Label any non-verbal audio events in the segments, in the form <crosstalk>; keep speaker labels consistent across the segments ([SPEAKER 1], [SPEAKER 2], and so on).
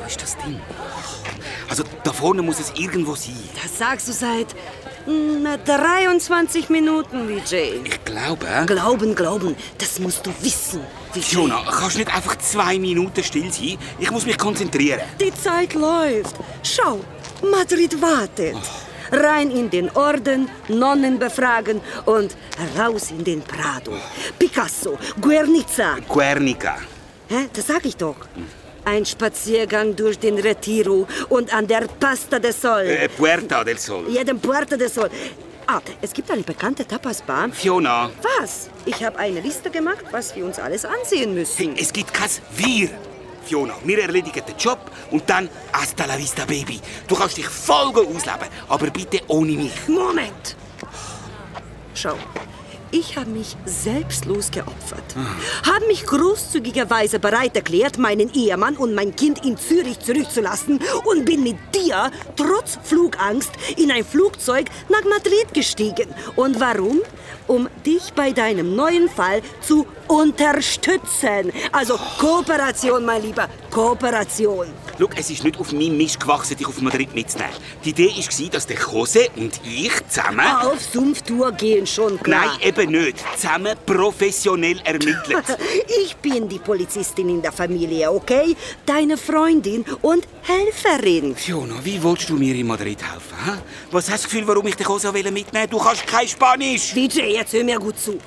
[SPEAKER 1] Wo ist das denn? Also da vorne muss es irgendwo sein.
[SPEAKER 2] Das sagst du seit mm, 23 Minuten, Vijay.
[SPEAKER 1] Ich glaube. äh,
[SPEAKER 2] Glauben, glauben, das musst du wissen, Vijay.
[SPEAKER 1] Fiona, kannst du nicht einfach zwei Minuten still sein? Ich muss mich konzentrieren.
[SPEAKER 2] Die Zeit läuft. Schau, Madrid wartet.
[SPEAKER 1] Oh.
[SPEAKER 2] Rein in den Orden, Nonnen befragen und raus in den Prado. Picasso, Guernica.
[SPEAKER 1] Guernica.
[SPEAKER 2] Hä? Das sag ich doch. Ein Spaziergang durch den Retiro und an der Pasta de Sol.
[SPEAKER 1] Äh, Puerta del Sol.
[SPEAKER 2] Jedem Puerta de Sol. Ah, es gibt eine bekannte Tapasbar.
[SPEAKER 1] Fiona,
[SPEAKER 2] Was? Ich habe eine Liste gemacht, was wir uns alles ansehen müssen.
[SPEAKER 1] hey, es gibt kein Wir. Fiona, wir erledigen den Job und dann hasta la vista, Baby. Du kannst dich voll gut ausleben, aber bitte ohne mich.
[SPEAKER 2] Moment! Schau, ich habe mich selbstlos geopfert. Habe mich großzügigerweise bereit erklärt, meinen Ehemann und mein Kind in Zürich zurückzulassen und bin mit dir, trotz Flugangst, in ein Flugzeug nach Madrid gestiegen. Und warum? Um dich bei deinem neuen Fall zu unterstützen. Also Kooperation, mein Lieber, Kooperation.
[SPEAKER 1] Schau, es ist nicht auf meinem Mist gewachsen, dich auf Madrid mitzunehmen. Die Idee war, dass der Jose und ich zusammen...
[SPEAKER 2] Auf Sumpftour gehen schon klar.
[SPEAKER 1] Nein, eben nicht. Zusammen professionell <laughs> ermittelt.
[SPEAKER 2] <laughs> Ich bin die Polizistin in der Familie, okay? Deine Freundin und Helferin.
[SPEAKER 1] Fiona, wie willst du mir in Madrid helfen? hä? Was hast du das Gefühl, warum ich dich auch so mitnehmen will? Du kannst kein Spanisch.
[SPEAKER 2] Vijay, jetzt hör mir gut zu.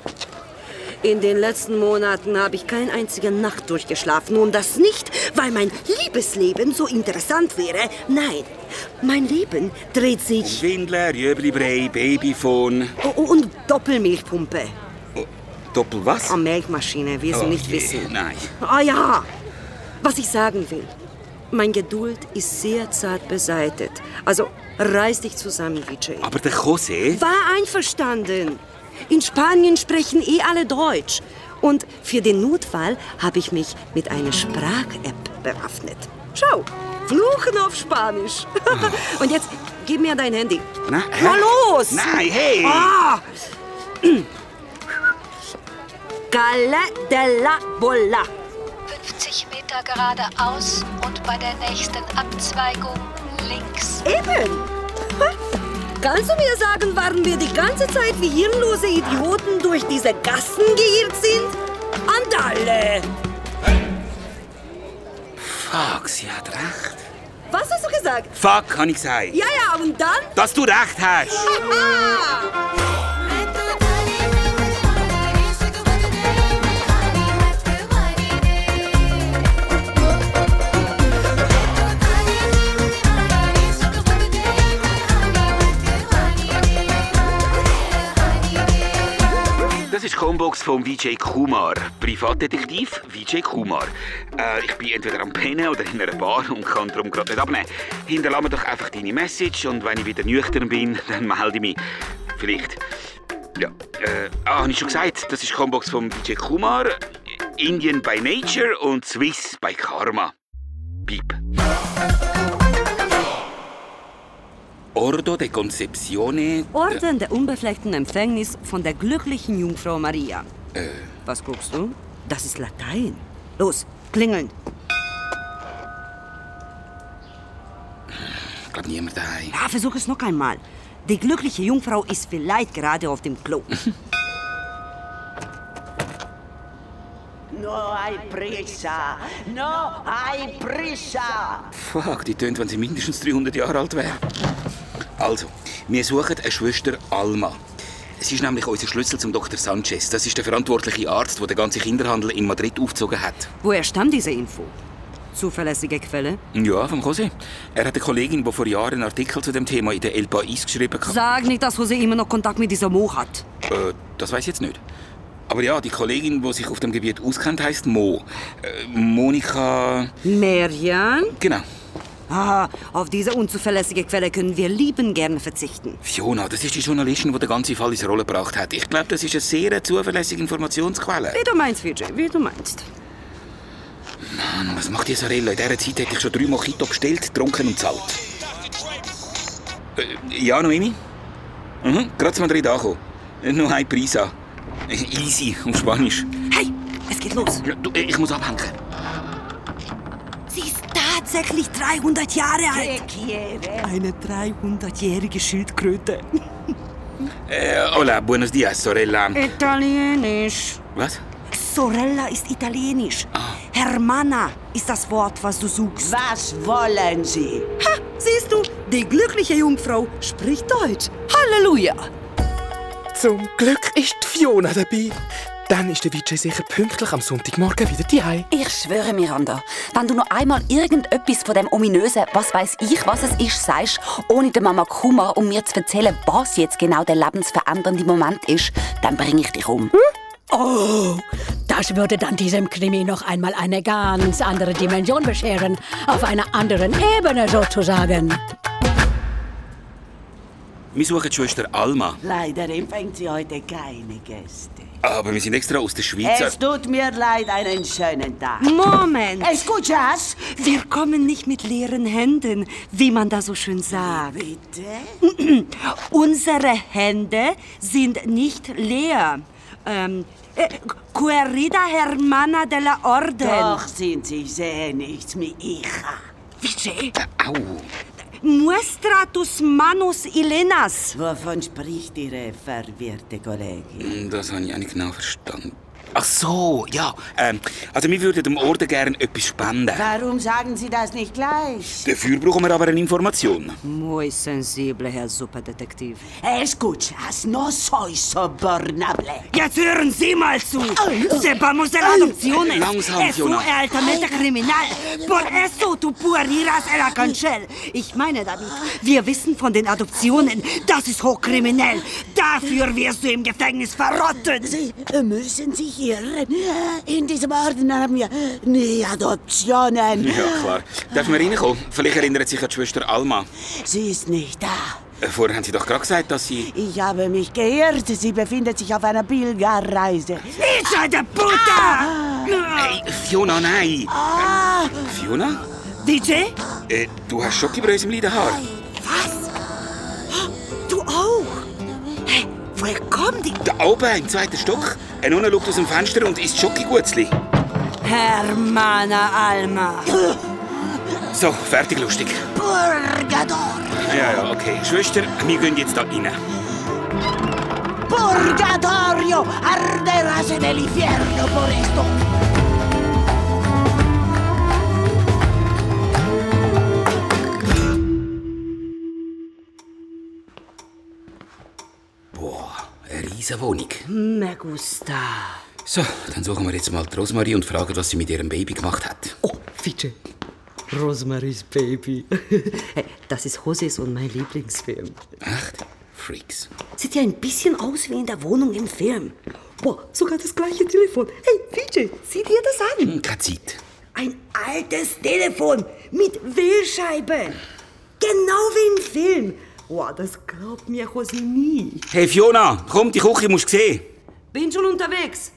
[SPEAKER 2] In den letzten Monaten habe ich keine einzige Nacht durchgeschlafen und das nicht, weil mein Liebesleben so interessant wäre. Nein, mein Leben dreht sich
[SPEAKER 1] Schwindler, Jöblibrei, Babyphone.
[SPEAKER 2] O- und Doppelmilchpumpe.
[SPEAKER 1] Oh, Doppel was?
[SPEAKER 2] Oh, Milchmaschine, wir sind nicht
[SPEAKER 1] je,
[SPEAKER 2] wissen.
[SPEAKER 1] Nein.
[SPEAKER 2] Ah ja, was ich sagen will. Mein Geduld ist sehr zart beseitet. Also reiß dich zusammen, Vijay.
[SPEAKER 1] Aber der Jose?
[SPEAKER 2] War einverstanden. In Spanien sprechen eh alle Deutsch. Und für den Notfall habe ich mich mit einer Sprach-App bewaffnet. Schau, Fluchen auf Spanisch. <laughs> Und jetzt gib mir dein Handy.
[SPEAKER 1] Na, hä?
[SPEAKER 2] Na los!
[SPEAKER 1] Nein, hey!
[SPEAKER 2] Ah! <clears throat> Calle de la Bola.
[SPEAKER 3] 50 Meter geradeaus und bei der nächsten Abzweigung links.
[SPEAKER 2] Eben! Ha? Kannst du mir sagen, warum wir die ganze Zeit wie hirnlose Idioten durch diese Gassen geirrt sind? Andale!
[SPEAKER 1] Fuck, sie hat recht.
[SPEAKER 2] Was hast du gesagt?
[SPEAKER 1] Fuck, habe ich gesagt.
[SPEAKER 2] Ja, ja, und <laughs> dann?
[SPEAKER 1] Dass du recht hast. Das ist die Combox von Vijay Kumar, Privatdetektiv Vijay Kumar. Äh, ich bin entweder am Pennen oder in einer Bar und kann darum gerade nicht abnehmen. Hinterlasse mir doch einfach deine Message und wenn ich wieder nüchtern bin, <laughs> dann melde ich mich. Vielleicht. Ja. Äh, ah, habe ich schon gesagt, das ist die Combox von Vijay Kumar, Indian by Nature und Swiss by Karma. Piep. Ordo de Concepzione.
[SPEAKER 2] Orden der unbefleckten Empfängnis von der glücklichen Jungfrau Maria. Was guckst du? Das ist Latein. Los, klingeln.
[SPEAKER 1] Ich glaube, niemand daheim.
[SPEAKER 2] Ja, versuch es noch einmal. Die glückliche Jungfrau ist vielleicht gerade auf dem Klo.
[SPEAKER 4] No hay prisa, no hay prisa.
[SPEAKER 1] Fuck, die tönt, wenn sie mindestens 300 Jahre alt wäre. Also, wir suchen eine Schwester Alma. Sie ist nämlich unser Schlüssel zum Dr. Sanchez. Das ist der verantwortliche Arzt, der den ganzen Kinderhandel in Madrid aufgezogen hat.
[SPEAKER 2] Woher stammt diese Info? Zuverlässige Quelle?
[SPEAKER 1] Ja, vom José. Er hat eine Kollegin, die vor Jahren einen Artikel zu dem Thema in der El País geschrieben hat.
[SPEAKER 2] Sag nicht, dass Jose immer noch Kontakt mit dieser Mo hat.
[SPEAKER 1] Äh, das weiß ich jetzt nicht. Aber ja, die Kollegin, die sich auf dem Gebiet auskennt, heißt Mo. Äh, Monika.
[SPEAKER 2] Merian?
[SPEAKER 1] Genau.
[SPEAKER 2] Ah, auf diese unzuverlässige Quelle können wir lieben gern verzichten.
[SPEAKER 1] Fiona, das ist die Journalistin, die den ganzen Fall ins Rollen gebracht hat. Ich glaube, das ist eine sehr zuverlässige Informationsquelle.
[SPEAKER 2] Wie du meinst, Vijay, wie du meinst.
[SPEAKER 1] Was macht die Sorella? In dieser Zeit hätte ich schon drei Mojito bestellt, getrunken und zahlt. Äh, ja, Noemi? Mhm, gerade zu Madrid angekommen. Äh, Noch ein Prisa. Äh, Easy, auf Spanisch.
[SPEAKER 2] Hey, es geht los.
[SPEAKER 1] Ja, du, äh, ich muss abhängen.
[SPEAKER 2] Sie ist tatsächlich 300 Jahre alt.
[SPEAKER 4] quiere.
[SPEAKER 2] Eine 300-jährige Schildkröte.
[SPEAKER 1] Äh, hola, buenos dias, Sorella.
[SPEAKER 2] Italienisch.
[SPEAKER 1] Was?
[SPEAKER 2] Sorella ist italienisch. Hermana ist das Wort, was du suchst.
[SPEAKER 4] Was wollen Sie?
[SPEAKER 2] Siehst du, die glückliche Jungfrau spricht Deutsch. Halleluja!
[SPEAKER 5] Zum Glück ist die Fiona dabei. Dann ist der Vijay sicher pünktlich am Sonntagmorgen wieder die
[SPEAKER 6] Ich schwöre, Miranda, wenn du noch einmal irgendetwas von dem ominösen «Was weiß ich, was es ist» sagst, ohne der Mama Kuma um mir zu erzählen, was jetzt genau der lebensverändernde Moment ist, dann bringe ich dich um.
[SPEAKER 7] Oh, das würde dann diesem Krimi noch einmal eine ganz andere Dimension bescheren. Auf einer anderen Ebene sozusagen.
[SPEAKER 1] Wir suchen die Schwester Alma.
[SPEAKER 4] Leider empfängt sie heute keine Gäste.
[SPEAKER 1] Aber wir sind extra aus der Schweiz.
[SPEAKER 4] Es tut mir leid, einen schönen Tag.
[SPEAKER 2] Moment!
[SPEAKER 4] Escuchas?
[SPEAKER 2] Wir kommen nicht mit leeren Händen, wie man da so schön sagt.
[SPEAKER 4] Bitte?
[SPEAKER 2] Unsere Hände sind nicht leer. Ähm, äh, Querida Hermana de la Orden.
[SPEAKER 4] Doch sind Sie sehr nichts, mi hija.
[SPEAKER 2] Vijay,
[SPEAKER 1] Au.
[SPEAKER 2] muestra tus manos, Elenas.
[SPEAKER 4] Wovon spricht Ihre verwirrte Kollegin?
[SPEAKER 1] Das habe ich auch nicht genau verstanden. Ach so, ja. Ähm, also wir würden dem Orden gerne etwas spenden.
[SPEAKER 4] Warum sagen Sie das nicht gleich?
[SPEAKER 1] Dafür brauchen wir aber eine Information.
[SPEAKER 2] Muy sensible, Herr Superdetektiv.
[SPEAKER 4] Escuchas, no soy sobornable.
[SPEAKER 2] Jetzt hören Sie mal zu. Sepamos de las adopciones.
[SPEAKER 1] Langsam,
[SPEAKER 2] Eso
[SPEAKER 1] Fiona.
[SPEAKER 2] es altamente criminal. Por eso tu puerirás el Arcangel. Ich meine damit, wir wissen von den Adoptionen. Das ist hochkriminell. Dafür wirst du im Gefängnis verrotten.
[SPEAKER 4] Sie Äh, müssen sich irren. In diesem Orden haben wir nie Adoptionen.
[SPEAKER 1] Ja, klar. Darf man reinkommen? Vielleicht erinnert sich ja die Schwester Alma.
[SPEAKER 4] Sie ist nicht da.
[SPEAKER 1] Äh, Vorher haben Sie doch gerade gesagt, dass Sie...
[SPEAKER 4] Ich habe mich geirrt. Sie befindet sich auf einer Pilgerreise.
[SPEAKER 2] Ich Äh, eine
[SPEAKER 4] Ah.
[SPEAKER 2] Puta!
[SPEAKER 1] Hey, Fiona, nein! Ähm, Fiona?
[SPEAKER 2] DJ?
[SPEAKER 1] Äh, du hast schon die Brösel in den Haaren.
[SPEAKER 2] Du auch? Hey, woher kommen die?
[SPEAKER 1] Da oben, im zweiten Stock. Ein Nonne schaut aus dem Fenster und isst Schokigutzli.
[SPEAKER 2] Hermana Alma.
[SPEAKER 1] So, fertig, lustig.
[SPEAKER 4] Purgador!
[SPEAKER 1] Ja, ja, okay. Schwester, wir gehen jetzt da rein.
[SPEAKER 4] Purgatorio! Arderás en el infierno por esto!
[SPEAKER 1] Boah, eine riesen Wohnung.
[SPEAKER 2] Me gusta.
[SPEAKER 1] So, dann suchen wir jetzt mal die Rosmarie und fragen, was sie mit ihrem Baby gemacht hat.
[SPEAKER 2] Oh, Fidget. Rosemary's Baby. <laughs> Hey, das ist Hoses und mein Lieblingsfilm.
[SPEAKER 1] Echt? Freaks.
[SPEAKER 2] Sieht ja ein bisschen aus wie in der Wohnung im Film. Boah, sogar das gleiche Telefon. Hey, Fidget, sieh dir das an.
[SPEAKER 1] Hm, Keine Zeit.
[SPEAKER 2] Ein altes Telefon mit Wählscheibe. Genau wie im Film. Boah, das glaubt mir Jose nie.
[SPEAKER 1] Hey Fiona, komm, die Küche musst du sehen.
[SPEAKER 2] Bin schon unterwegs.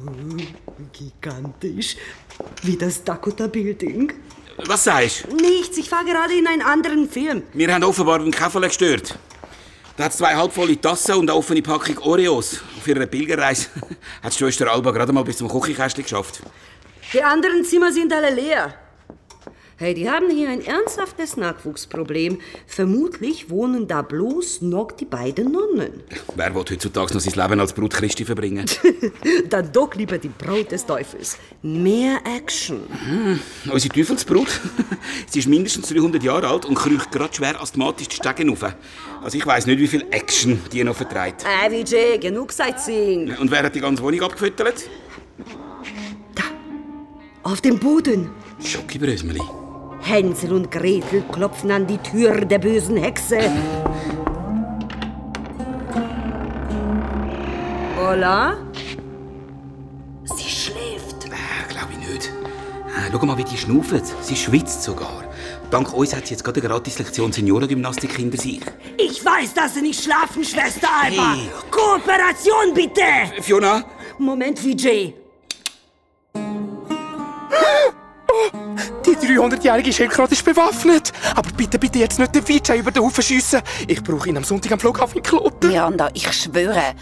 [SPEAKER 2] Hm, Gigantisch. Wie das Dakota Building.
[SPEAKER 1] Was sagst du?
[SPEAKER 2] Nichts, ich war gerade in einen anderen Film.
[SPEAKER 1] Wir haben offenbar einen Käferle gestört. Da hat zwei halbvolle Tassen und eine offene Packung Oreos. Auf ihrer Pilgerreise <laughs> hat die Schwester Alba gerade mal bis zum Küchenkästchen geschafft.
[SPEAKER 2] Die anderen Zimmer sind alle leer. Hey, die haben hier ein ernsthaftes Nachwuchsproblem. Vermutlich wohnen da bloß noch die beiden Nonnen. <laughs>
[SPEAKER 1] Wer will heutzutage noch sein Leben als Brut Christi verbringen?
[SPEAKER 2] Dann doch lieber die Braut des Teufels. Mehr Action.
[SPEAKER 1] Unsere Teufelsbrut. <laughs> Sie ist mindestens 300 Jahre alt und kriecht gerade schwer asthmatisch die Stegen rauf. Also ich weiß nicht, wie viel Action die noch vertreibt.
[SPEAKER 2] Hey, Vijay, Äh, genug Sightseeing.
[SPEAKER 1] Und wer hat die ganze Wohnung abgefüttert?
[SPEAKER 2] Auf dem Boden.
[SPEAKER 1] Schokibrösmeli.
[SPEAKER 2] Hänsel und Gretel klopfen an die Tür der bösen Hexe. Hola? Sie schläft.
[SPEAKER 1] Äh, glaube ich nicht. Äh, schau mal, wie die schnaufen. Sie schwitzt sogar. Dank uns hat sie jetzt gerade eine Gratislektion Seniorengymnastik hinter sich.
[SPEAKER 2] Ich weiß, dass Sie nicht schlafen, Schwester Alba.
[SPEAKER 1] Hey.
[SPEAKER 2] Kooperation bitte!
[SPEAKER 1] Fiona?
[SPEAKER 2] Moment, Vijay.
[SPEAKER 5] Die 300-jährige Schildkröte ist bewaffnet. Aber bitte, bitte jetzt nicht den Vijay über den Haufen schiessen. Ich brauche ihn am Sonntag am Flughafen in Kloten.
[SPEAKER 6] Miranda, ich schwöre,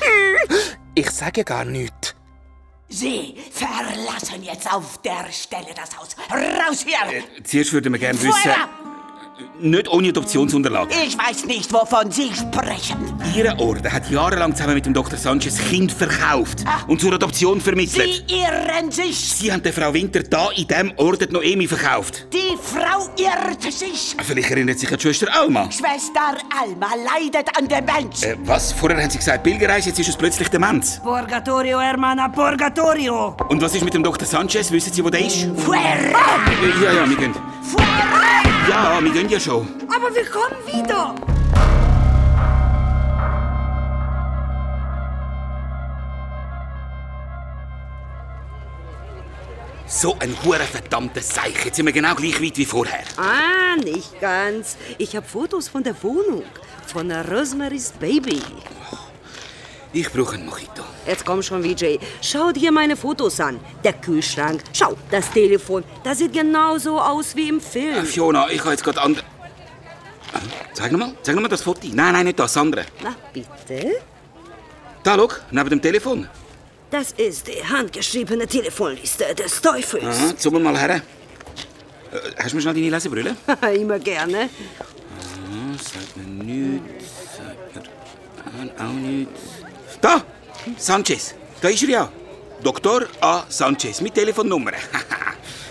[SPEAKER 5] Ich sage gar nichts.
[SPEAKER 4] Sie verlassen jetzt auf der Stelle das Haus. Raus hier!
[SPEAKER 1] Äh, Zuerst würden wir gerne wissen. äh,
[SPEAKER 4] Fuera!
[SPEAKER 1] Nicht ohne Adoptionsunterlagen.
[SPEAKER 4] Ich weiß nicht, wovon Sie sprechen.
[SPEAKER 1] Ihre Orden hat jahrelang zusammen mit dem Dr. Sanchez Kind verkauft und zur Adoption vermittelt.
[SPEAKER 4] Sie irren sich.
[SPEAKER 1] Sie haben der Frau Winter da in dem Orden noch Emi verkauft.
[SPEAKER 4] Die Frau irrt sich.
[SPEAKER 1] Ah, Vielleicht erinnert sich ja die Schwester Alma.
[SPEAKER 4] Schwester Alma leidet an Demenz.
[SPEAKER 1] Äh, was? Vorher haben Sie gesagt, Pilgerreise, jetzt ist es plötzlich Demenz.
[SPEAKER 4] Purgatorio, hermana, purgatorio.
[SPEAKER 1] Und was ist mit dem Dr. Sanchez? Wissen Sie, wo der ist?
[SPEAKER 4] Fuera!
[SPEAKER 1] Äh, ja, ja, wir gehen.
[SPEAKER 4] Fuera!
[SPEAKER 1] Ja, wir gehen ja schon.
[SPEAKER 2] Aber wir kommen wieder.
[SPEAKER 1] So ein hoher verdammter Seich. Jetzt sind wir genau gleich weit wie vorher.
[SPEAKER 2] Ah, nicht ganz. Ich habe Fotos von der Wohnung. Von Rosemary's Baby.
[SPEAKER 1] Ich brauche einen Mojito.
[SPEAKER 2] Jetzt komm schon, Vijay. Schau dir meine Fotos an. Der Kühlschrank. Schau, das Telefon. Das sieht genauso aus wie im
[SPEAKER 1] Äh,
[SPEAKER 2] Film.
[SPEAKER 1] Fiona, ich habe jetzt gerade andere. Äh, Zeig noch mal, zeig noch mal das Foto. Nein, nein, nicht das andere.
[SPEAKER 2] Na, bitte?
[SPEAKER 1] Da, schau, neben dem Telefon.
[SPEAKER 2] Das ist die handgeschriebene Telefonliste des Teufels.
[SPEAKER 1] Aha, zoom mal her. Äh, Hast du mir schnell deine Lesebrille?
[SPEAKER 2] <laughs> Immer gerne.
[SPEAKER 1] Sagt mir nichts. Sagt mir nein, auch nichts. Da! Sanchez. Da ist er ja. Dr. A. Sanchez mit Telefonnummer. <laughs>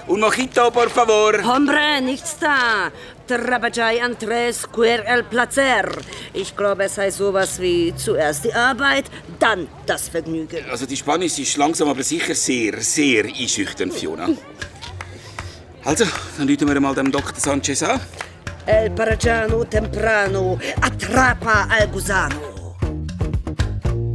[SPEAKER 1] Und Mojito, por favor.
[SPEAKER 2] Hombre, nichts da. Trabajai antres quer el placer. Ich glaube, es heißt sowas wie zuerst die Arbeit, dann das Vergnügen.
[SPEAKER 1] Also die Spanisch ist langsam aber sicher sehr, sehr einschüchternd, Fiona. Also, dann rufen wir mal dem Dr. Sanchez an.
[SPEAKER 2] El parajano temprano, atrapa al gusano.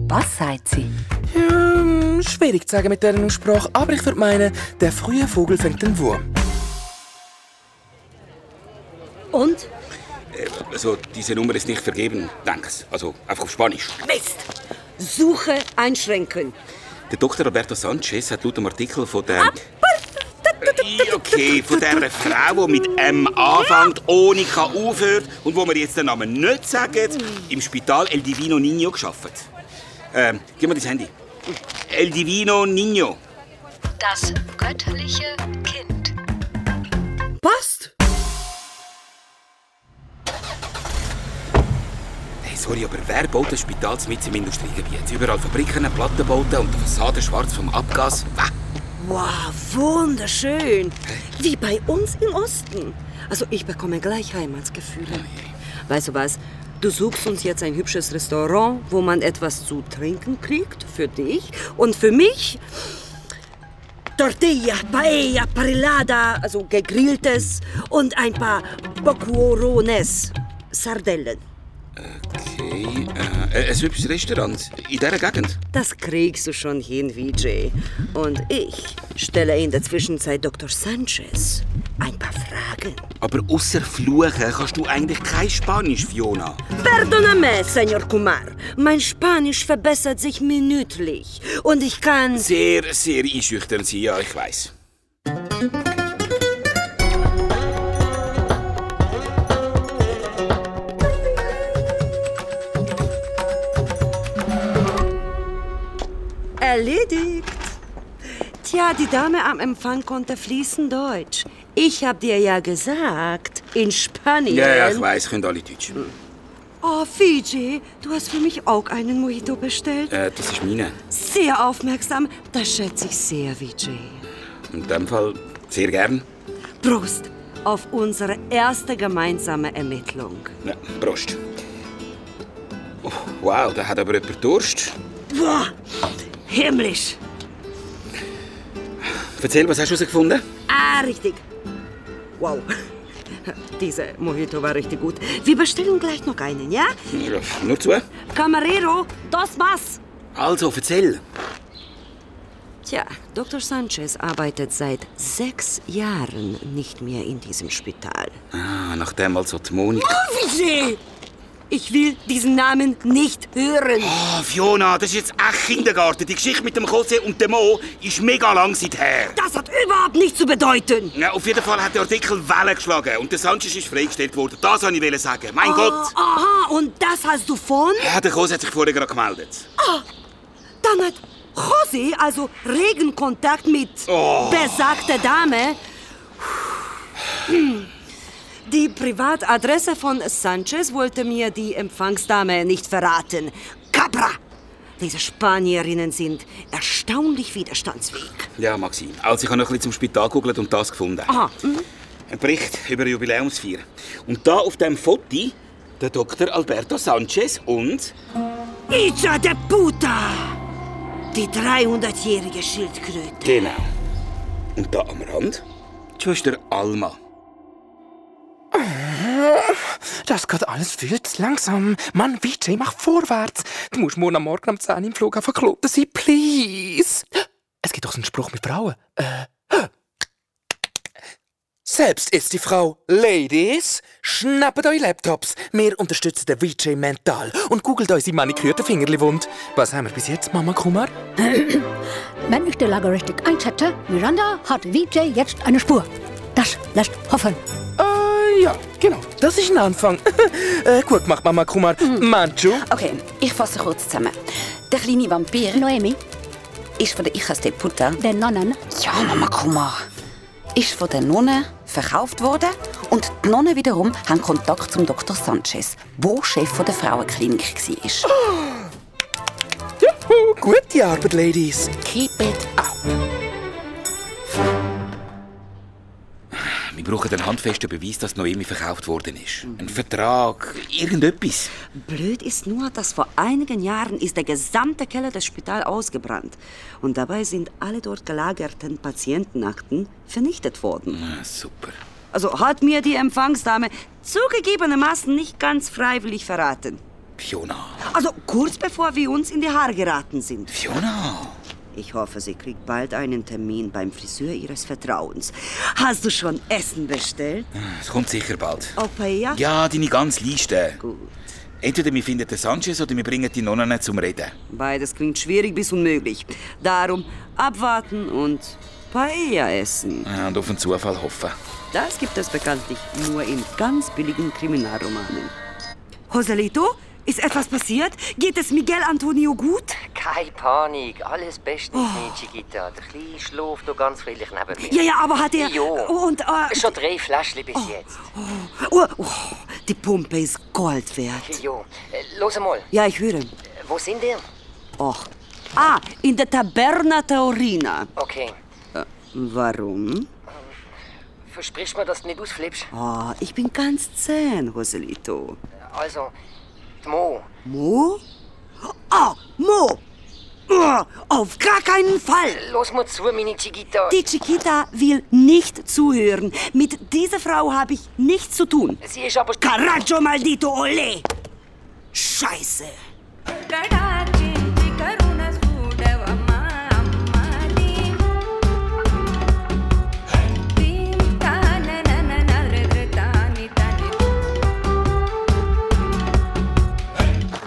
[SPEAKER 6] Was sagt sie?
[SPEAKER 5] Hm, schwierig zu sagen mit dieser Aussprache, aber ich würde meinen, der frühe Vogel fängt den Wurm.
[SPEAKER 2] Und?
[SPEAKER 1] Also, diese Nummer ist nicht vergeben, denk's. Also, einfach auf Spanisch.
[SPEAKER 2] Mist! Suche einschränken.
[SPEAKER 1] Der Dr. Roberto Sanchez hat laut dem Artikel von der... Äh, Okay, von der Frau, die mit M anfängt, ohne K aufhört und wo wir jetzt den Namen nicht sagen, im Spital El Divino Niño geschafft. Ähm, gib mir das Handy. El Divino Niño.
[SPEAKER 3] Das göttliche Kind.
[SPEAKER 2] Passt!
[SPEAKER 1] Hey, sorry, aber wer baut ein Spital mit im Industriegebiet? Überall Fabriken, Plattenbauten und die Fassade schwarz vom Abgas. Wah.
[SPEAKER 2] Wow, wunderschön. Wie bei uns im Osten. Also ich bekomme gleich Heimatsgefühle. Weißt du was? Du suchst uns jetzt ein hübsches Restaurant, wo man etwas zu trinken kriegt für dich und für mich. Tortilla, Paella, Parrillada, also gegrilltes und ein paar Bocuorones, Sardellen.
[SPEAKER 1] Okay, äh, ein hübsches Restaurant in dieser Gegend.
[SPEAKER 2] Das kriegst du schon hin, Vijay. Und ich stelle in der Zwischenzeit Dr. Sanchez ein paar Fragen.
[SPEAKER 1] Aber außer Fluchen kannst du eigentlich kein Spanisch, Fiona.
[SPEAKER 2] Perdóname, Señor Kumar. Mein Spanisch verbessert sich minütlich. Und ich kann...
[SPEAKER 1] Sehr, sehr einschüchternd sein, ja, ich weiß.
[SPEAKER 2] Erledigt. Tja, die Dame am Empfang konnte fließend Deutsch. Ich hab dir ja gesagt, in Spanien...
[SPEAKER 1] Ja, ja, ich weiß, können alle Deutsch.
[SPEAKER 2] Oh, Fiji, du hast für mich auch einen Mojito bestellt.
[SPEAKER 1] Äh, das ist meine.
[SPEAKER 2] Sehr aufmerksam. Das schätze ich sehr, Vijay.
[SPEAKER 1] In dem Fall sehr gern.
[SPEAKER 2] Prost auf unsere erste gemeinsame Ermittlung.
[SPEAKER 1] Ja, Prost. Oh, wow, da hat aber jemand Durst.
[SPEAKER 2] Boah, himmlisch.
[SPEAKER 1] Erzähl, was hast du herausgefunden?
[SPEAKER 2] Ah, richtig. Wow. <laughs> Diese Mojito war richtig gut. Wir bestellen gleich noch einen, ja?
[SPEAKER 1] Ja, Nur zu.
[SPEAKER 2] Camarero, dos más.
[SPEAKER 1] Also, erzähl.
[SPEAKER 2] Tja, Dr. Sanchez arbeitet seit sechs Jahren nicht mehr in diesem Spital.
[SPEAKER 1] Ah, nachdem also die Monika...
[SPEAKER 2] Vijay! Ich will diesen Namen nicht hören.
[SPEAKER 1] Ah, Fiona, das ist jetzt echt Kindergarten. Die Geschichte mit dem Jose und dem Mo ist mega lang seither.
[SPEAKER 2] Das hat überhaupt nichts zu bedeuten.
[SPEAKER 1] Ja, auf jeden Fall hat der Artikel Wellen geschlagen und der Sanchez ist freigestellt worden. Das wollte ich sagen. Mein Gott!
[SPEAKER 2] Aha, und das hast du von?
[SPEAKER 1] Ja, der Kos hat sich vorher gerade gemeldet.
[SPEAKER 2] Dann hat José, also Regenkontakt mit besagter Dame. Hm. Die Privatadresse von Sanchez wollte mir die Empfangsdame nicht verraten. Cabra! Diese Spanierinnen sind erstaunlich widerstandsfähig. Ah,
[SPEAKER 1] Ja, Maxim. Also, ich habe noch ein bisschen zum Spital gegoogelt und das gefunden.
[SPEAKER 2] Aha,
[SPEAKER 1] Ein Bericht über eine Jubiläumsfeier. Und da auf dem Foto der Dr. Alberto Sanchez und...
[SPEAKER 2] Icha de Puta! Die 300-jährige Schildkröte.
[SPEAKER 1] Genau. Und da am Rand? Schwester Alma.
[SPEAKER 5] Das geht alles viel zu langsam. Mann, Vijay, mach vorwärts. Du musst morgen am Morgen um 10 Uhr im Flughafen kloppen sein, please. Es gibt doch so einen Spruch mit Frauen. Äh. Selbst ist die Frau. Ladies, schnappt eure Laptops. Wir unterstützen den Vijay mental und googelt unsere manikürten Fingerli-Wund. Was haben wir bis jetzt, Mama Kumar?
[SPEAKER 7] Wenn ich die Lage richtig einschätze, Miranda hat Vijay jetzt eine Spur. Das lässt hoffen.
[SPEAKER 5] Äh, ja, genau. Das ist ein Anfang. <laughs> äh, gut gemacht, Mama Kumar. Manchu?
[SPEAKER 6] Okay, ich fasse kurz zusammen. Der kleine Vampir
[SPEAKER 7] Noemi,
[SPEAKER 6] ist von der Ichas de Puta.
[SPEAKER 7] der Nonnen,
[SPEAKER 6] Ja, Mama, komm mal. Ist von der Nonne verkauft worden und die Nonne wiederum haben Kontakt zum Dr. Sanchez, wo Chef von der Frauenklinik war.
[SPEAKER 5] Juhu, gute Arbeit, Ladies.
[SPEAKER 6] Keep it
[SPEAKER 1] Wir brauchen einen handfesten Beweis, dass Noemi verkauft worden ist. Ein Vertrag, irgendetwas.
[SPEAKER 2] Blöd ist nur, dass vor einigen Jahren ist der gesamte Keller des Spitals ausgebrannt. Und dabei sind alle dort gelagerten Patientenakten vernichtet worden.
[SPEAKER 1] Ah, super.
[SPEAKER 2] Also hat mir die Empfangsdame zugegebenermaßen nicht ganz freiwillig verraten.
[SPEAKER 1] Fiona.
[SPEAKER 2] Also kurz bevor wir uns in die Haare geraten sind.
[SPEAKER 1] Fiona!
[SPEAKER 2] Ich hoffe, sie kriegt bald einen Termin beim Friseur ihres Vertrauens. Hast du schon Essen bestellt?
[SPEAKER 1] Ah, Es kommt sicher bald.
[SPEAKER 2] Opea?
[SPEAKER 1] Ja, deine ganze Liste.
[SPEAKER 2] Ah. Gut.
[SPEAKER 1] Entweder wir finden den Sanchez oder wir bringen die Nonnen zum Reden.
[SPEAKER 2] Beides klingt schwierig bis unmöglich. Darum abwarten und Paella essen.
[SPEAKER 1] Ah, Und auf einen Zufall hoffen.
[SPEAKER 2] Das gibt es bekanntlich nur in ganz billigen Kriminalromanen. Joselito, ist etwas passiert? Geht es Miguel Antonio gut?
[SPEAKER 8] Keine Panik, alles bestens, oh. Chiquita. Der Kleine schläft noch ganz friedlich neben mir.
[SPEAKER 2] Ja, ja, aber hat er...
[SPEAKER 8] Ja.
[SPEAKER 2] Und, äh,
[SPEAKER 8] Schon drei Fläschchen bis jetzt.
[SPEAKER 2] oh, oh, die Pumpe ist Gold wert.
[SPEAKER 8] Jo, äh, los mal,
[SPEAKER 2] Ja, ich höre.
[SPEAKER 8] wo sind wir?
[SPEAKER 2] Och. Ah, in der Taberna Taurina.
[SPEAKER 8] Okay,
[SPEAKER 2] Warum?
[SPEAKER 8] versprich mir, dass du nicht ausflippst.
[SPEAKER 2] Oh, ich bin ganz zäh, Joselito.
[SPEAKER 8] Also, die Mo,
[SPEAKER 2] Mo? Oh, Mo! Oh, auf gar keinen Fall!
[SPEAKER 8] los mal zu, meine Chiquita.
[SPEAKER 2] Die Chiquita will nicht zuhören. Mit dieser Frau habe ich nichts zu tun.
[SPEAKER 8] Sie ist aber...
[SPEAKER 2] Carajo maldito, ole! Scheiße!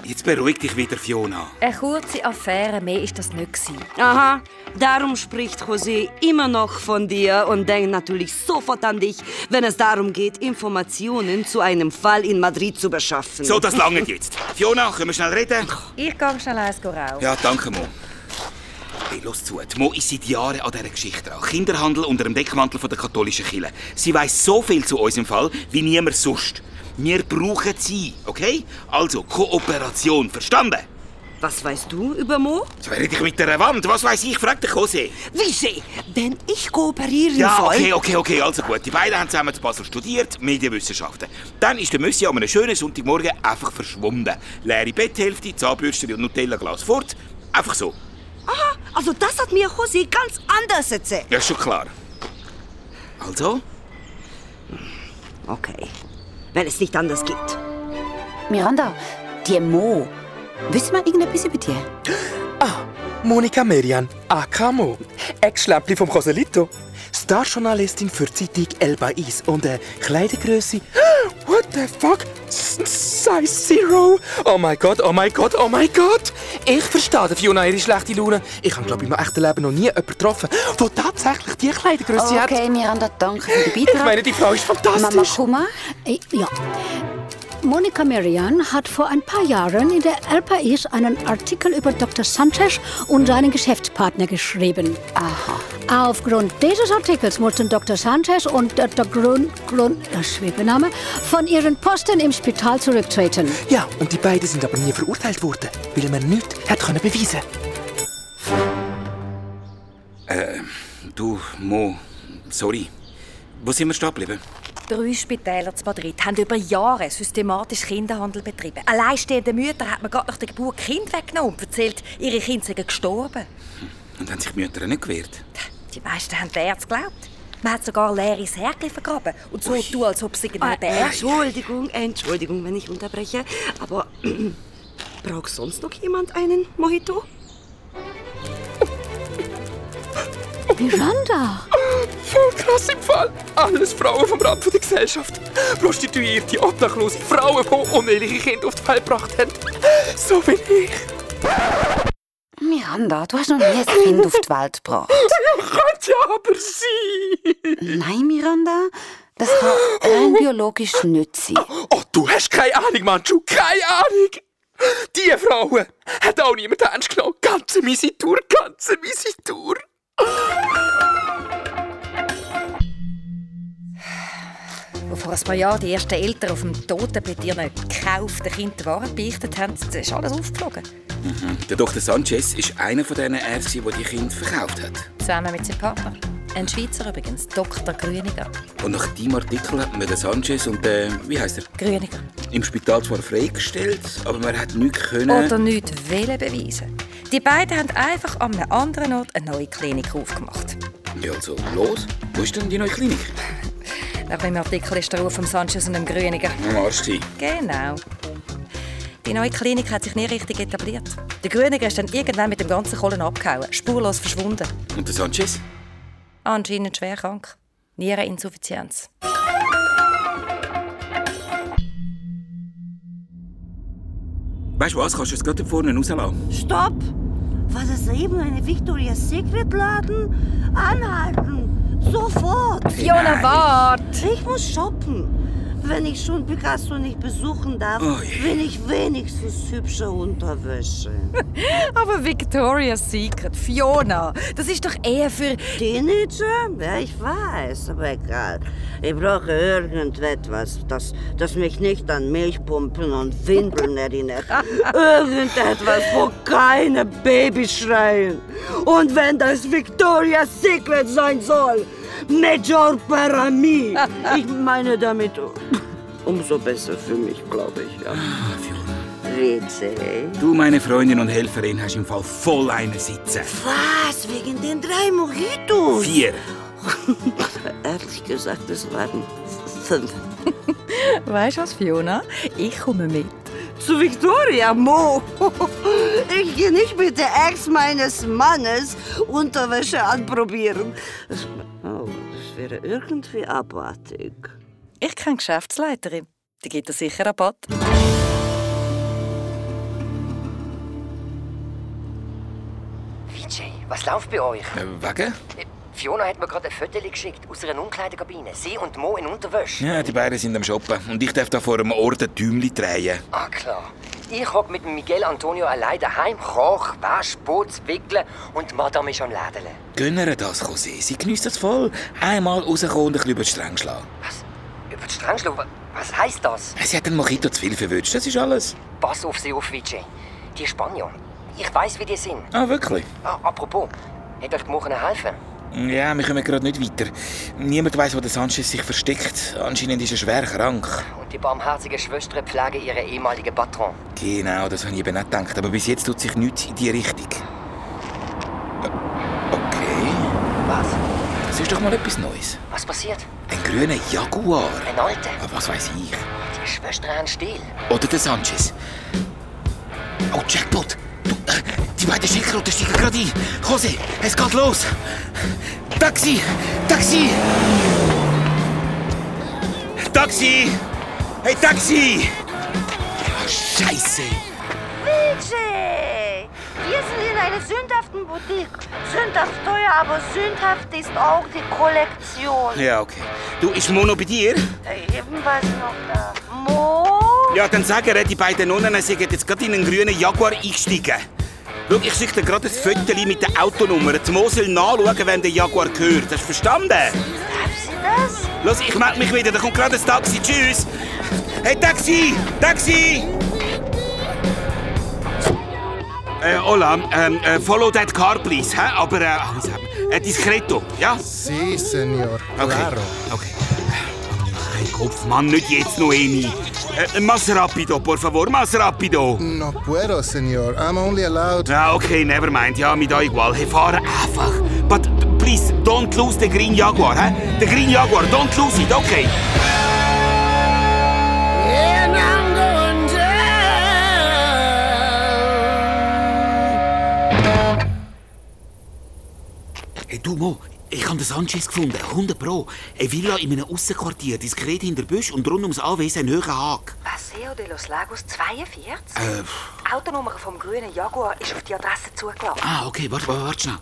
[SPEAKER 1] Jetzt beruhig dich wieder, Fiona.
[SPEAKER 9] Eine kurze Affäre, mehr ist das nicht. Gewesen.
[SPEAKER 2] Aha, darum spricht José immer noch von dir und denkt natürlich sofort an dich, wenn es darum geht, Informationen zu einem Fall in Madrid zu beschaffen.
[SPEAKER 1] So, das langt jetzt. Fiona, können wir schnell reden?
[SPEAKER 9] Ich gehe schnell eins rauchen.
[SPEAKER 1] Ja, danke, Mo. Hey, los zu. Die Mo ist seit Jahren an dieser Geschichte dran. Kinderhandel unter dem Deckmantel von der katholischen Kirche. Sie weiß so viel zu unserem Fall wie niemand sonst. Wir brauchen sie, okay? Also, Kooperation, verstanden?
[SPEAKER 2] Was weißt du über Mo?
[SPEAKER 1] Jetzt rede ich mit der Wand. Was weiß ich? Frag den Jose.
[SPEAKER 2] Wie Wenn ich kooperieren
[SPEAKER 1] Ja,
[SPEAKER 2] soll...
[SPEAKER 1] okay, okay, okay, also gut. Die beiden haben zusammen zu Basel studiert, Medienwissenschaften. Dann ist der Müssi an einem schönen Sonntagmorgen einfach verschwunden. Leere Betthälfte, Zahnbürste und Nutella-Glas fort. Einfach so.
[SPEAKER 2] Also das hat mir José ganz anders erzählt.
[SPEAKER 1] Ja, ist schon klar. Also?
[SPEAKER 2] Okay, wenn es nicht anders geht.
[SPEAKER 6] Miranda, die Mo. Wissen wir irgendetwas über die?
[SPEAKER 5] Monika Merian, Akamo, Ex-Schläppli vom Joselito, Starjournalistin für die Zeitung El Bais und eine Kleidergröße. <gasps> What the fuck? S- Size Zero? Oh mein Gott, oh mein Gott, oh mein Gott! Ich verstehe den Fiona ihre schlechte Laune. Ich habe, glaube ich, im echten Leben noch nie jemanden getroffen, der tatsächlich die Kleidergröße hat.
[SPEAKER 6] Okay, Miranda, danke für den Beitrag.
[SPEAKER 5] Ich meine, die Frau ist
[SPEAKER 6] Mama
[SPEAKER 5] fantastisch.
[SPEAKER 6] Kuma,
[SPEAKER 7] Äh, ja. Äh, Monika Merian hat vor ein paar Jahren in der El País einen Artikel über Dr. Sanchez und seinen Geschäftspartner geschrieben. Aha. Aufgrund dieses Artikels mussten Dr. Sanchez und Dr. Grun, Grun, äh, Schwebename von ihren Posten im Spital zurücktreten.
[SPEAKER 5] Ja, und die beiden sind aber nie verurteilt worden, weil man nichts hat können beweisen
[SPEAKER 1] Du, Mo, sorry. Wo sind wir stehen geblieben?
[SPEAKER 9] Drei Spitäler zu Madrid haben über Jahre systematisch Kinderhandel betrieben. Alleinstehende Mütter hat man gerade nach der Geburt Kind weggenommen und erzählt, ihre Kinder seien gestorben.
[SPEAKER 1] Und haben sich die Mütter nicht gewehrt?
[SPEAKER 9] Die meisten haben der geglaubt. Man hat sogar leeres Härchen vergraben und so tun, als ob sie
[SPEAKER 10] Ah,
[SPEAKER 9] irgendeinen Bär
[SPEAKER 10] Entschuldigung, Entschuldigung, wenn ich unterbreche, aber <clears throat> braucht sonst noch jemand einen Mojito?
[SPEAKER 7] Miranda!
[SPEAKER 5] Voll krass im Fall. Alles Frauen vom Rand der Gesellschaft. Prostituierte, obdachlose Frauen, die uneheliche Kinder auf die Welt gebracht haben. So bin ich.
[SPEAKER 6] Miranda, du hast noch nie ein Kind auf die Welt gebracht.
[SPEAKER 5] Ja, kann ja aber sein.
[SPEAKER 6] Nein, Miranda, das kann rein biologisch nicht sein.
[SPEAKER 5] Oh, du hast keine Ahnung, Manchu. Keine Ahnung. Diese Frauen hat auch niemand ernst genommen. Ganze miese Tour, ganze miese Tour.
[SPEAKER 9] Wo vor ein paar Jahren die ersten Eltern auf dem Totenbett ihren gekauften Kindern Waren beichtet haben, das ist alles aufgeflogen.
[SPEAKER 1] Der Dr. Sanchez ist einer von diesen Ärzten, der die Kinder verkauft hat.
[SPEAKER 9] Zusammen mit seinem Partner. Ein Schweizer übrigens, Dr. Grüniger.
[SPEAKER 1] Und nach deinem Artikel hat man den Sanchez und den, wie heißt er,
[SPEAKER 9] Grüniger.
[SPEAKER 1] im Spital zwar freigestellt, aber man hat nichts können.
[SPEAKER 8] Oh,
[SPEAKER 9] Oder nicht wollen beweisen. Die beiden haben einfach an einem anderen Ort eine neue Klinik aufgemacht.
[SPEAKER 1] Ja, also, los. Wo ist denn die neue Klinik?
[SPEAKER 9] Nach dem äh, Artikel ist der Ruf von Sanchez und dem Grüniger.
[SPEAKER 1] Am Arsch sein.
[SPEAKER 9] Genau. Die neue Klinik hat sich nie richtig etabliert. Der Grüniger ist dann irgendwann mit dem ganzen Kohlen abgehauen, spurlos verschwunden.
[SPEAKER 1] Und der Sanchez?
[SPEAKER 9] Anscheinend schwer krank. Niereninsuffizienz.
[SPEAKER 1] Weißt du was, kannst du es gerade vorne rauslassen?
[SPEAKER 2] Stopp! War das eben eine Victoria's Secret Laden? Anhalten! Sofort!
[SPEAKER 9] Fiona, wart!
[SPEAKER 2] Ich muss shoppen. Wenn ich schon Picasso nicht besuchen darf,
[SPEAKER 1] Oh je.
[SPEAKER 2] will ich wenigstens hübsche Unterwäsche.
[SPEAKER 9] Aber Victoria's Secret, Fiona, das ist doch eher für...
[SPEAKER 2] Teenager? Ja, ich weiß, aber egal. Ich brauche irgendetwas, das, das mich nicht an Milchpumpen und Windeln <laughs> erinnert. Irgendetwas, wo keine Babys schreien. Und wenn das Victoria's Secret sein soll, Major Parami. Ich meine damit, umso besser für mich, glaube ich. Ja.
[SPEAKER 1] Ah,
[SPEAKER 2] Rätsel.
[SPEAKER 1] Du, meine Freundin und Helferin, hast im Fall voll einen sitzen.
[SPEAKER 2] Was? Wegen den drei Mojitos?
[SPEAKER 1] Vier.
[SPEAKER 2] <laughs> Ehrlich gesagt, es waren fünf.
[SPEAKER 9] Weißt du was, Fiona? Ich komme mit.
[SPEAKER 2] Zu Victoria, Mo. <laughs> Ich gehe nicht mit der Ex meines Mannes Unterwäsche anprobieren. Oh, das wäre irgendwie abartig.
[SPEAKER 9] Ich kenne Geschäftsleiterin. Die gibt dir sicher Rabatt.
[SPEAKER 8] Vijay, was läuft bei euch?
[SPEAKER 1] Äh, wegen?
[SPEAKER 8] Äh, Fiona hat mir gerade ein Foto geschickt aus einer Umkleidekabine. Sie und Mo in Unterwäsche.
[SPEAKER 1] Ja, die beiden sind am Shoppen. Und ich darf da vor einem Ort ein Däumchen drehen.
[SPEAKER 8] Ah, klar. Ich hock mit dem Miguel Antonio allein daheim, koch, wasch, putz, wickle und Madame ist am Lädeln.
[SPEAKER 1] Gönn ihr das, José. Sie genießt das voll. Einmal rauskommen und ein bisschen über die Stränge schlagen.
[SPEAKER 8] Was? Über die Stränge schlagen? Wa- Was heisst das?
[SPEAKER 1] Äh, Sie hat den Mojito zu viel verwünscht, das ist alles.
[SPEAKER 8] Pass auf sie auf, Vijay. Die Spanier. Ich weiß, wie die sind.
[SPEAKER 1] Ah, wirklich?
[SPEAKER 8] Ah, apropos, hat euch die Morgen helfen?
[SPEAKER 1] Ja, wir kommen gerade nicht weiter. Niemand weiß, wo der Sanchez sich versteckt. Anscheinend ist er schwer krank.
[SPEAKER 8] Und die barmherzigen Schwestern pflegen ihren ehemaligen Patron.
[SPEAKER 1] Genau, das habe ich eben nicht gedacht. Aber bis jetzt tut sich nichts in die Richtung. Äh, Okay,
[SPEAKER 8] Was?
[SPEAKER 1] das ist doch mal etwas Neues.
[SPEAKER 8] Was passiert?
[SPEAKER 1] Ein grüner Jaguar.
[SPEAKER 8] Ein Alter?
[SPEAKER 1] Aber was weiß ich?
[SPEAKER 8] Die Schwestern haben Stil.
[SPEAKER 1] Oder der Sanchez. Oh, Jackpot! Du, äh, die beiden Schildkröten steigen gerade ein. Jose, es geht los! Taxi! Taxi! Taxi! Hey, Taxi! Ah, Scheiße!
[SPEAKER 2] Vijay! Wir sind in einer sündhaften Boutique. Sündhaft teuer, aber sündhaft ist auch die Kollektion.
[SPEAKER 1] Ja, okay. Du, ist Mono bei dir?
[SPEAKER 2] Äh, Eben was noch da. Mo?
[SPEAKER 1] Ja, dann sagen die beiden Nonnen, sie sind jetzt gerade in einen grünen Jaguar eingestiegen. Schau, ich schicke dir gerade ein Föteli mit der Autonummer. Die Mosel nachschauen, wem der Jaguar gehört. Hast du verstanden? Darf sie das? Los, ich melde mich wieder. Da kommt gerade ein Taxi. Tschüss. Hey, Taxi! Taxi! Äh, Ola, ähm, äh, follow that car, please. Hä? Aber, äh, alles haben. Äh, discreto, ja?
[SPEAKER 11] Sí, señor.
[SPEAKER 1] Okay.
[SPEAKER 11] Claro.
[SPEAKER 1] Okay. Mein Kopf, Mann, nicht jetzt noch eine. Äh, mas rapido, por favor, mas rapido.
[SPEAKER 11] No puedo, señor. I'm only allowed.
[SPEAKER 1] Ja, okay, never mind. Ja, mit da igual. Hey, fahr einfach. But please, don't lose the green Jaguar, hä? The green Jaguar, don't lose it, okay?
[SPEAKER 11] And I'm going down.
[SPEAKER 1] Hey, du, Mo, ich habe den Sanchez gefunden, 100 Pro. Eine Villa in einem Aussenquartier, diskret hinter Büsch und rund ums Anwesen ein höherer Haag.
[SPEAKER 9] Paseo de los Lagos 42?
[SPEAKER 1] Äh,
[SPEAKER 9] Die Autonummer vom grünen Jaguar ist auf die Adresse zugelassen.
[SPEAKER 1] ah, okay, warte, warte, warte schnell.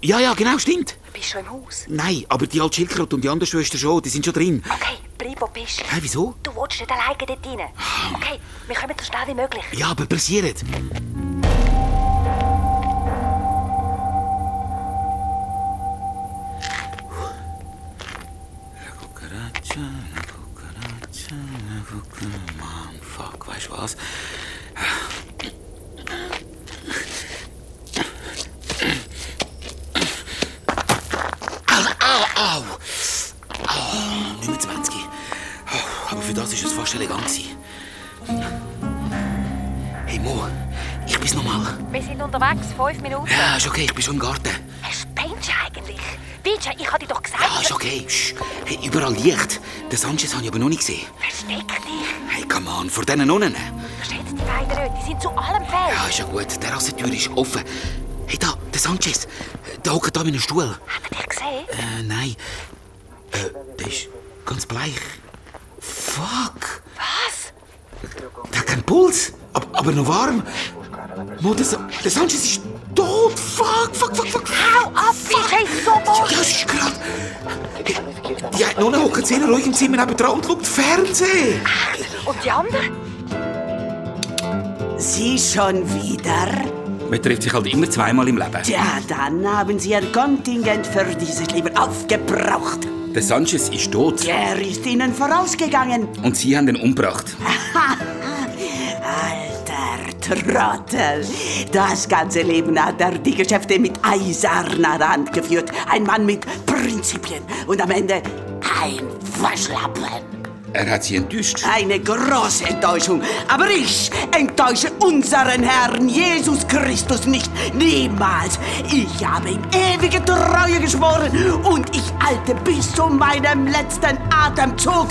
[SPEAKER 1] Ja, ja, genau, stimmt.
[SPEAKER 9] Du bist schon im Haus.
[SPEAKER 1] Nein, aber die alte Schildkröte und die andere Schwester schon, die sind schon drin.
[SPEAKER 9] Okay, bleib, wo du bist.
[SPEAKER 1] Hä, wieso?
[SPEAKER 9] Du willst nicht alleine dort rein. Okay, wir kommen so schnell wie möglich.
[SPEAKER 1] Ja, aber pressiert. Mann, fuck, weißt du was? Au, au, au! Oh, 29. Oh, aber für das war es fast elegant. gewesen. Hey Mo, ich bin's nochmal.
[SPEAKER 9] Wir sind unterwegs, fünf Minuten.
[SPEAKER 1] Ja, ist okay, ich bin schon im Garten.
[SPEAKER 9] Spinnst du eigentlich? Vijay, ich habe dir doch gesagt,
[SPEAKER 1] Ja, ist okay. Sch. Hey, überall Licht. Den Sanchez habe ich aber noch nicht gesehen.
[SPEAKER 9] versteck dich.
[SPEAKER 1] Hey, come on, vor diesen Nonnen.
[SPEAKER 9] Schätze die beiden nicht, die sind zu allem fähig.
[SPEAKER 1] Ja, ist ja gut, die Terrassentür ist offen. Hey, da, der Sanchez. Der hockt da in einem Stuhl.
[SPEAKER 9] Haben wir dich gesehen?
[SPEAKER 1] Äh, nein. Äh, der ist ganz bleich. Fuck.
[SPEAKER 9] Was?
[SPEAKER 1] Der hat keinen Puls, aber, aber noch warm. Mo, der, Sa- der Sanchez ist tot. Fuck, fuck, fuck, fuck. Hau ab,
[SPEAKER 9] Vijay, so
[SPEAKER 1] Ja, es ist gerade... Die eine Nonne hockt sehr ruhig im Zimmer nebenan und schaut Fernsehen.
[SPEAKER 9] Und die anderen?
[SPEAKER 4] Sie schon wieder?
[SPEAKER 1] Man trifft sich halt immer zweimal im Leben.
[SPEAKER 4] Ja, dann haben Sie Ihr Kontingent für dieses Leben aufgebraucht.
[SPEAKER 1] Der Sanchez ist tot
[SPEAKER 4] Er ist Ihnen vorausgegangen.
[SPEAKER 1] und sie haben ihn umgebracht.
[SPEAKER 4] Alter Trottel. Das ganze Leben hat er die Geschäfte mit eiserner Hand geführt. Ein Mann mit Prinzipien und am Ende ein Waschlappen.
[SPEAKER 1] Er hat sie enttäuscht.
[SPEAKER 4] Eine große Enttäuschung. Aber ich enttäusche unseren Herrn Jesus Christus nicht. Niemals. Ich habe ihm ewige Treue geschworen und ich halte bis zu meinem letzten Atemzug.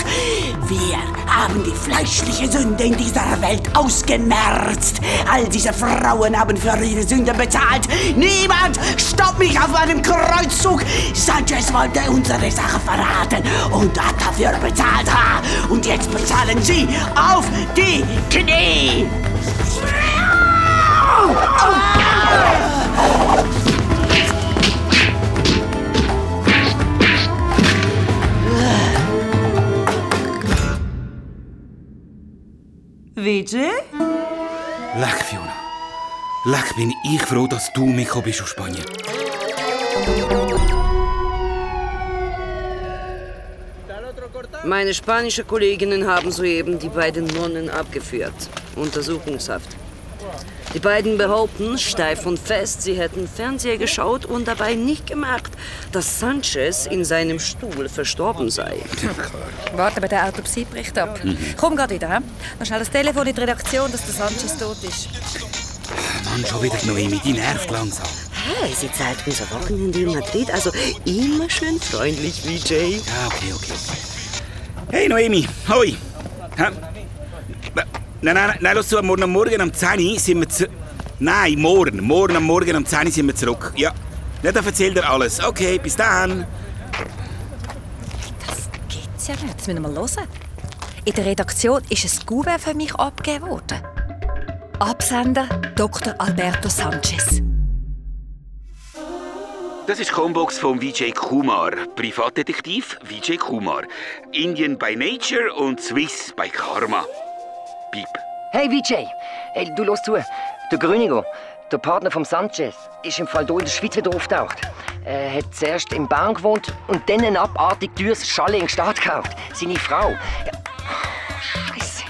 [SPEAKER 4] Wir haben die fleischliche Sünde in dieser Welt ausgemerzt. All diese Frauen haben für ihre Sünde bezahlt. Niemand stoppt mich auf meinem Kreuzzug. Sanchez wollte unsere Sache verraten und hat dafür bezahlt. Ha! Und jetzt bezahlen sie auf die Knie. Vijay?
[SPEAKER 1] Leck, Fiona. Leck, bin ich froh, dass du mich gekommen bist aus Spanien.
[SPEAKER 4] Meine spanischen Kolleginnen haben soeben die beiden Nonnen abgeführt. Untersuchungshaft. Die beiden behaupten steif und fest, sie hätten Fernseher geschaut und dabei nicht gemerkt, dass Sanchez in seinem Stuhl verstorben sei.
[SPEAKER 9] Warten wir den Autopsiebericht ab. Komm gerade wieder, hä? Noch schnell das Telefon in die Redaktion, dass der Sanchez tot ist.
[SPEAKER 1] Mann, schon wieder die Noemi, die nervt langsam.
[SPEAKER 2] Hey, sie zahlt unser Wochenende in Madrid, also immer schön freundlich, Vijay.
[SPEAKER 1] Ja, Ah, okay, okay. Hey, Noemi. Hoi. Hä? Nein, nein, nein, lass zu, morgen am Morgen um 10 Uhr sind wir zurück. Nein, morgen. Morgen am Morgen um 10 Uhr sind wir zurück. Ja. Nicht, dann erzähl dir alles. Okay, bis dann.
[SPEAKER 9] Das gibt's ja nicht. Das müssen wir mal hören. In der Redaktion ist ein Gouverneur für mich abgegeben worden. Absender Dr. Alberto Sanchez.
[SPEAKER 1] Das ist die Combox von Vijay Kumar, Privatdetektiv Vijay Kumar. Indian by Nature und Swiss by Karma. Piep.
[SPEAKER 8] Hey, Vijay, hey, du los zu. Der Grünigo, der Partner vom Sanchez, ist im Fall hier in der Schweiz wieder auftaucht. Er hat zuerst in Bern gewohnt und dann ein abartig teures Chalet in Stadt gekauft. Seine Frau. Ja. Scheiße.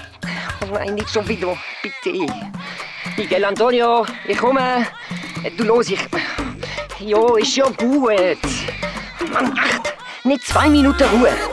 [SPEAKER 8] Oh nein, nicht schon wieder. Bitte. Miguel Antonio, ich komme. Äh, Du los, ich. Jo, ist ja gut. Mann, acht. Nicht zwei Minuten Ruhe.